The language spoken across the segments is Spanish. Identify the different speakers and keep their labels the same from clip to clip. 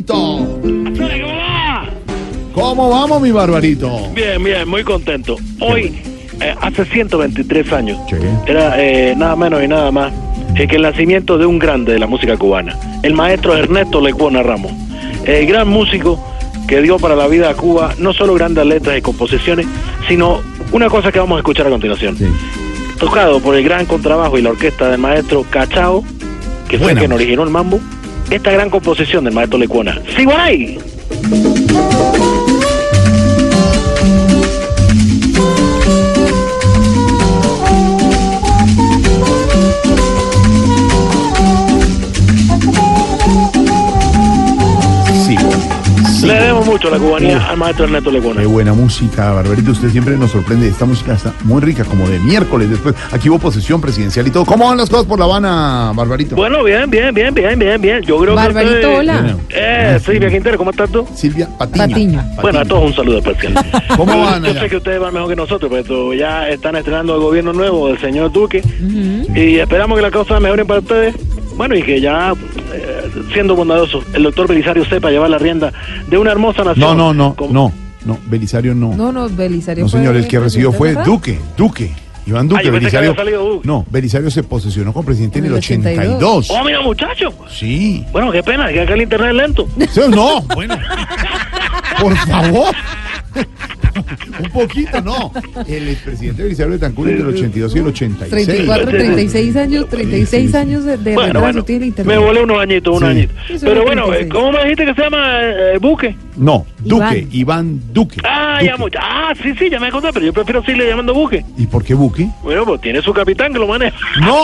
Speaker 1: Barbarito.
Speaker 2: Señores, ¿cómo va?
Speaker 1: ¿Cómo vamos, mi barbarito?
Speaker 2: Bien, bien, muy contento. Hoy, eh, hace 123 años,
Speaker 1: Sí.
Speaker 2: era eh, nada menos y nada más eh, que el nacimiento de un grande de la música cubana, el maestro Ernesto Lecuona Ramos, el gran músico que dio para la vida a Cuba no solo grandes letras y composiciones, sino una cosa que vamos a escuchar a continuación, tocado por el gran contrabajo y la orquesta del maestro Cachao, que fue
Speaker 1: Buena
Speaker 2: quien
Speaker 1: música.
Speaker 2: originó el mambo, esta gran composición del maestro Lecuona. ¡Siguanay!
Speaker 1: Sí.
Speaker 2: Le debemos mucho la cubanía al maestro Ernesto Lecuona.
Speaker 1: Qué buena música, barbarito. Usted siempre nos sorprende. Esta música está muy rica, como de miércoles después. Aquí hubo posesión presidencial y todo. ¿Cómo van las cosas por La Habana, barbarito?
Speaker 2: Bueno, bien, bien, bien, bien, bien, bien. Yo creo
Speaker 3: Barbarito,
Speaker 2: que... esto es-
Speaker 3: hola.
Speaker 1: Bueno,
Speaker 2: Eh, Silvia Quintero, ¿cómo estás tú?
Speaker 1: Silvia Patiño.
Speaker 3: Patiño.
Speaker 2: Bueno, a todos un saludo especial.
Speaker 1: ¿Cómo van
Speaker 2: Yo
Speaker 1: allá?
Speaker 2: sé que ustedes van mejor que nosotros, pero ya están estrenando el gobierno nuevo del señor Duque y esperamos que las cosas mejoren para ustedes. Bueno, y que ya, eh, siendo bondadoso, el doctor Belisario sepa llevar la rienda de una hermosa
Speaker 1: No,
Speaker 2: nación.
Speaker 1: no, no,
Speaker 2: Con-
Speaker 1: no, no. Belisario no.
Speaker 3: No, no, Belisario.
Speaker 1: No,
Speaker 3: fue-
Speaker 1: señor, el que recibió fue
Speaker 3: ¿verdad?
Speaker 1: Duque, Duque. Iván Duque,
Speaker 2: Ah, yo pensé que había
Speaker 1: Belisario.
Speaker 2: salido Duque.
Speaker 1: No, Belisario se posesionó con presidente en el
Speaker 3: En el
Speaker 1: 82.
Speaker 2: Oh, mira, muchachos.
Speaker 1: Sí.
Speaker 2: Bueno, qué pena, que acá el internet es lento.
Speaker 1: Sí, No, bueno. Por favor. Un poquito, no. El expresidente Belisario Betancur entre el 82 y el 86.
Speaker 3: 34, 36 años, 36 años de, de
Speaker 2: Bueno,
Speaker 3: retraso
Speaker 2: bueno,
Speaker 3: tiene internet.
Speaker 2: me volé unos añitos, unos
Speaker 1: Sí.
Speaker 2: añitos.
Speaker 3: Eso
Speaker 2: Pero
Speaker 3: era
Speaker 2: bueno, eh,
Speaker 3: 36.
Speaker 2: ¿cómo me dijiste que se llama eh, Buque?
Speaker 1: No, Duque, Iván,
Speaker 3: Iván.
Speaker 1: Duque.
Speaker 2: Ah,
Speaker 1: Duque.
Speaker 2: ya mucho. Ah, sí, sí, ya me acordé, pero yo prefiero seguirle llamando buque.
Speaker 1: ¿Y por qué Buque?
Speaker 2: Bueno, pues tiene su capitán que lo maneja.
Speaker 1: No.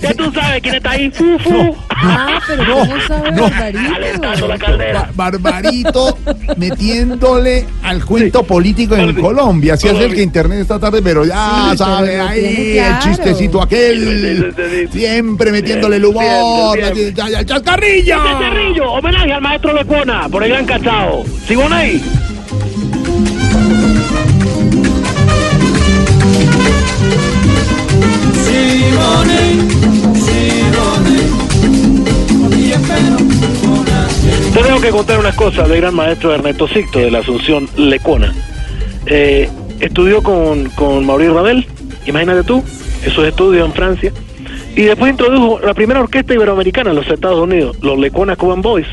Speaker 2: Ya tú sabes quién está ahí. Fu, fu.
Speaker 3: Ah, pero
Speaker 1: No,
Speaker 3: ¿cómo sabe
Speaker 1: no.
Speaker 2: Calentando la
Speaker 3: Barbarito?
Speaker 2: caldera.
Speaker 1: Ba- Barbarito metiéndole al cuento político en
Speaker 2: Vale.
Speaker 1: Colombia. Si es el
Speaker 2: Vale.
Speaker 1: que internet esta tarde, pero ya
Speaker 3: Sí,
Speaker 1: sabe,
Speaker 3: pero lo
Speaker 1: ahí
Speaker 3: tiene
Speaker 1: el
Speaker 3: claro.
Speaker 1: chistecito aquel.
Speaker 2: Sí, sí, sí, sí.
Speaker 1: Siempre metiéndole el humor.
Speaker 2: Siempre, siempre.
Speaker 1: meti- ¡Ya, ya, ¡Chascarrillo!
Speaker 2: Este cerrillo, homenaje al maestro Lecona por el gran cachao. ¿Sigón ahí? Te tengo que contar unas cosas del gran maestro Ernesto Sicto de la Asunción Lecona. Eh, estudió con, con Mauricio Ravel, imagínate tú, esos estudios en Francia. Y después introdujo la primera orquesta iberoamericana en los Estados Unidos, los Lecona Cuban Boys.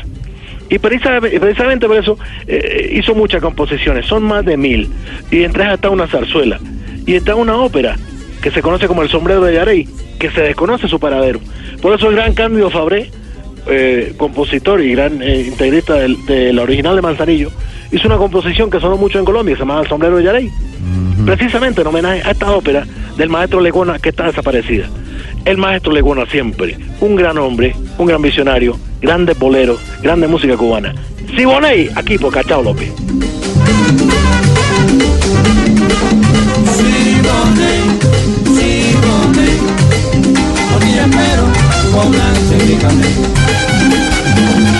Speaker 2: Y precisa- precisamente por eso eh, hizo muchas composiciones, son más de mil. Y entre ellas está una zarzuela. Y está una ópera que se conoce como El Sombrero de Yarey, que se desconoce su paradero. Por eso el gran Cándido Fabré, eh, compositor y gran eh, integrista del- de la original de Manzanillo, hizo una composición que sonó mucho en Colombia, que se llamaba El Sombrero de Yarey. Precisamente en homenaje a esta ópera del maestro Legona que está desaparecida. El maestro Legona siempre, un gran hombre, un gran visionario, grandes boleros, grande música cubana. Siboney, aquí por Cachao López.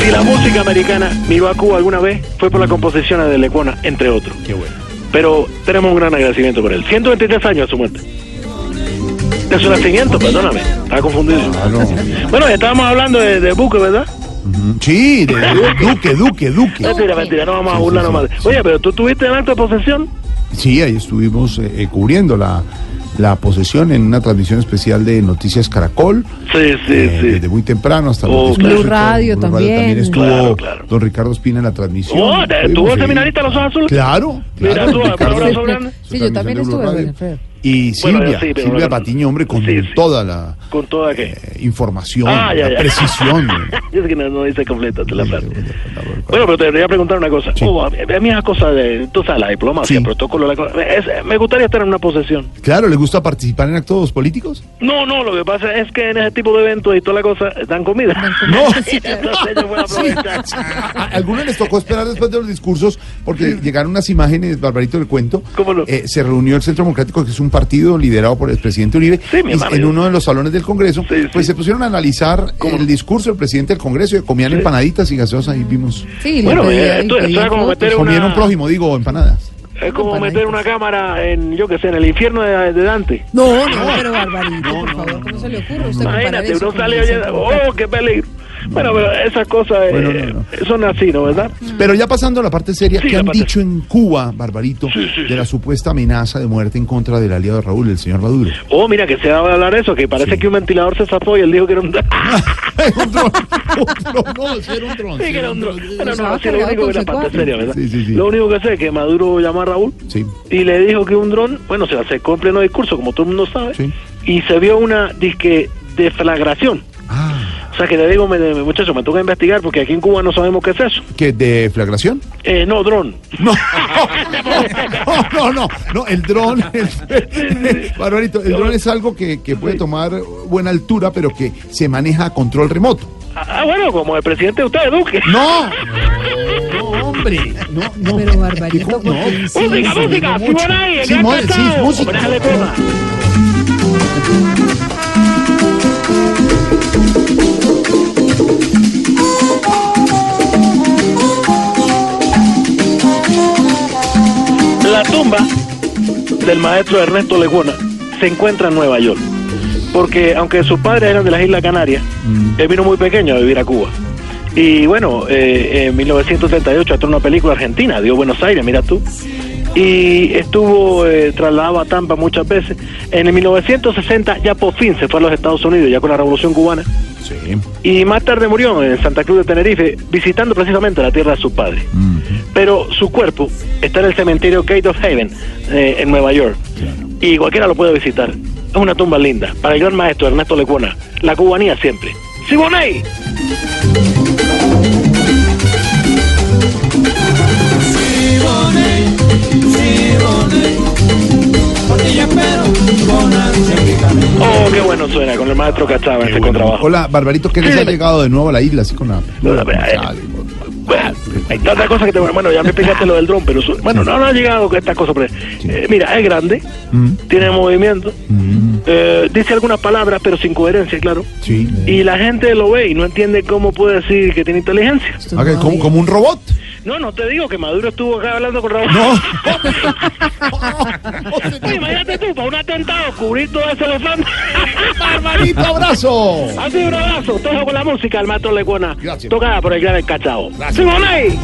Speaker 2: Si la música americana miró a Cuba alguna vez, fue por las composiciones de Lecuona, entre otros.
Speaker 1: Qué bueno.
Speaker 2: Pero tenemos un gran agradecimiento por él. 123 años a su muerte. De su nacimiento, perdóname. Estaba confundido.
Speaker 1: Ah,
Speaker 2: Bueno, estábamos hablando de, de Buque, ¿verdad?
Speaker 1: Mm, Sí, de- de- Duque, Duque, Duque.
Speaker 2: Mentira, mentira, no vamos a
Speaker 1: Sí, sí,
Speaker 2: burlarnos
Speaker 1: sí,
Speaker 2: más.
Speaker 1: sí.
Speaker 2: Oye, pero tú tuviste en alta posesión.
Speaker 1: Sí, ahí estuvimos eh, eh, cubriendo la, la posesión en una transmisión especial de Noticias Caracol.
Speaker 2: Sí, sí,
Speaker 1: eh,
Speaker 2: sí.
Speaker 1: Desde muy temprano hasta
Speaker 2: Oh,
Speaker 1: los discursos
Speaker 2: claro.
Speaker 1: y
Speaker 3: Blue
Speaker 1: todo.
Speaker 3: Radio también.
Speaker 1: estuvo
Speaker 2: Claro, claro.
Speaker 1: don Ricardo Espina en la transmisión.
Speaker 2: Oh, ¿te-
Speaker 1: Estuvimos,
Speaker 2: estuvo el
Speaker 1: sí.
Speaker 2: seminarista de los Ojos Azules?
Speaker 1: Claro.
Speaker 2: Mira
Speaker 1: claro,
Speaker 2: tú,
Speaker 1: don
Speaker 2: Ricardo
Speaker 1: Ricardo.
Speaker 2: Sobrano.
Speaker 3: Sí,
Speaker 1: Su
Speaker 3: yo también
Speaker 1: transmisión de Blue
Speaker 3: estuve,
Speaker 1: Radio.
Speaker 3: bueno, Alfredo.
Speaker 1: Y
Speaker 2: Bueno,
Speaker 1: Silvia,
Speaker 2: sí, pero-
Speaker 1: Silvia Patiño, hombre, con
Speaker 2: Sí, sí.
Speaker 1: toda la
Speaker 2: ¿Con toda qué?
Speaker 1: eh, información,
Speaker 2: Ah, ya,
Speaker 1: la
Speaker 2: ya.
Speaker 1: precisión.
Speaker 2: Yo sé que no, no dice completa la frase.
Speaker 1: Bueno,
Speaker 2: Bueno, pero te voy a preguntar una cosa.
Speaker 1: Sí.
Speaker 2: Oh, a, mí, a mí esas cosas de, tú sabes, la diplomacia,
Speaker 1: Sí.
Speaker 2: el protocolo, la cosa- es- me gustaría estar en una posesión.
Speaker 1: Claro, ¿le gusta participar en actos políticos?
Speaker 2: No, no, lo que pasa es que en ese tipo de eventos y toda la cosa dan comida.
Speaker 1: No.
Speaker 2: Entonces yo voy a aprovechar.
Speaker 1: A- a- Algunos les tocó esperar después de los discursos porque llegaron unas imágenes, Barbarito del Cuento.
Speaker 2: ¿Cómo no?
Speaker 1: Eh, se reunió el Centro Democrático, que es un partido liderado por el presidente Uribe,
Speaker 2: Sí,
Speaker 1: y
Speaker 2: mi hermano,
Speaker 1: en
Speaker 2: yo-
Speaker 1: uno de los salones del Congreso.
Speaker 2: Sí, sí.
Speaker 1: pues se pusieron a analizar
Speaker 2: ¿Cómo
Speaker 1: el
Speaker 2: no?
Speaker 1: discurso del presidente del Congreso y comían
Speaker 2: Sí.
Speaker 1: empanaditas y gaseosas y vimos.
Speaker 3: Sí, le
Speaker 2: Bueno,
Speaker 3: pedí-
Speaker 2: eh, esto-
Speaker 3: le pedí
Speaker 2: esto era como
Speaker 3: fotos.
Speaker 2: meter Era una-
Speaker 1: Comieron prójimo, digo, empanadas.
Speaker 2: Es como meter una cámara en, yo qué sé, en el infierno de, de Dante.
Speaker 3: No, no, pero Barbarito, por favor, ¿cómo se le ocurre a usted comparar
Speaker 2: Imagínate,
Speaker 3: eso
Speaker 2: uno
Speaker 3: con
Speaker 2: sale
Speaker 3: el
Speaker 2: y oye,
Speaker 3: centro?
Speaker 2: oh, qué peligro. Bueno, pero esas cosas eh,
Speaker 1: Bueno, no, no.
Speaker 2: son así, ¿no? ¿Verdad?
Speaker 1: Pero ya pasando a la parte seria,
Speaker 2: Sí,
Speaker 1: ¿qué
Speaker 2: la
Speaker 1: han
Speaker 2: parte-
Speaker 1: dicho en Cuba, Barbarito, de la supuesta amenaza de muerte en contra del aliado de Raúl, el señor Maduro?
Speaker 2: Oh, mira, que se va a hablar eso, que parece que un ventilador se zafó y él dijo que era un...
Speaker 1: un dron, un dron, no, sí era un dron.
Speaker 2: Sí,
Speaker 1: sí
Speaker 2: que era un dron. Bueno,
Speaker 3: Estaba
Speaker 2: no, así lo
Speaker 3: cargado
Speaker 2: único
Speaker 3: con
Speaker 2: que era
Speaker 3: C4.
Speaker 2: parte seria, ¿verdad?
Speaker 1: Sí, sí, sí.
Speaker 2: Lo único que sé es que Maduro llamó a Raúl
Speaker 1: Sí.
Speaker 2: y le dijo que un dron, bueno, se le acercó en pleno discurso, como todo el mundo sabe,
Speaker 1: Sí.
Speaker 2: y se vio una disque deflagración.
Speaker 1: Ah,
Speaker 2: O sea, que le digo, me, me- muchacho, me toca investigar porque aquí en Cuba no sabemos qué es eso.
Speaker 1: ¿qué, de flagración?
Speaker 2: Eh, no, dron.
Speaker 1: No, no, no, no, no, el dron, el, Barbarito, el dron es algo que, que puede tomar buena altura, pero que se maneja a control remoto.
Speaker 2: Ah, bueno, como el presidente de ustedes, Duque.
Speaker 1: No, no, hombre, no, no.
Speaker 3: Pero Barbarito,
Speaker 1: ¿Cómo?
Speaker 3: ¿por qué
Speaker 1: Sí,
Speaker 2: música,
Speaker 1: sí,
Speaker 2: música,
Speaker 1: no
Speaker 2: sí,
Speaker 1: mucho.
Speaker 2: por ahí,
Speaker 1: Sí,
Speaker 2: que ha
Speaker 1: mu- sí,
Speaker 2: cantado.
Speaker 1: música.
Speaker 2: Homenaje de Cuba. La tumba del maestro Ernesto Leguona se encuentra en Nueva York. Porque aunque sus padres eran de las Islas Canarias, él vino muy pequeño a vivir a Cuba. Y bueno, eh, en 1938 actuó en una película argentina, dio Buenos Aires, mira tú. Y estuvo eh, trasladado a Tampa muchas veces. En el 1960 ya por fin se fue a los Estados Unidos, ya con la Revolución Cubana.
Speaker 1: Sí.
Speaker 2: Y más tarde murió en Santa Cruz de Tenerife, visitando precisamente la tierra de sus padres.
Speaker 1: Mm.
Speaker 2: Pero su cuerpo está en el cementerio Gate of Haven, eh, en Nueva York. Y cualquiera lo puede visitar. Es una tumba linda, para el gran maestro Ernesto Lecuona. La cubanía siempre. ¡Siboney! Oh, qué bueno suena con el maestro Cachava en ese contrabajo.
Speaker 1: Hola, Barbarito, ¿qué les ha
Speaker 2: Dime.
Speaker 1: llegado de nuevo a la isla? Así con la.
Speaker 2: Hola, eh. Bueno, Hay tantas cosas que te... Bueno, ya me explicaste lo del dron, pero... su- Bueno, no, no ha llegado estas cosas. Pero, eh, mira, es grande,
Speaker 1: Mm,
Speaker 2: tiene movimiento,
Speaker 1: mm,
Speaker 2: eh, dice algunas palabras, pero sin coherencia, claro.
Speaker 1: Sí.
Speaker 2: Y la gente lo ve y no entiende cómo puede decir que tiene inteligencia.
Speaker 3: Esto
Speaker 1: Ok,
Speaker 3: no
Speaker 1: como,
Speaker 3: había.
Speaker 1: como un robot.
Speaker 2: No, no te digo que Maduro estuvo acá hablando con Raúl.
Speaker 1: No.
Speaker 2: Oye, imagínate tú, para un atentado, cubrir todo ese elefante.
Speaker 1: Barbarito, abrazo.
Speaker 2: Ha sido un abrazo. Te dejo con la música, el maestro Lecuona.
Speaker 1: Gracias.
Speaker 2: Tocada por el gran encachado.
Speaker 1: Gracias.
Speaker 2: ¡Simonei!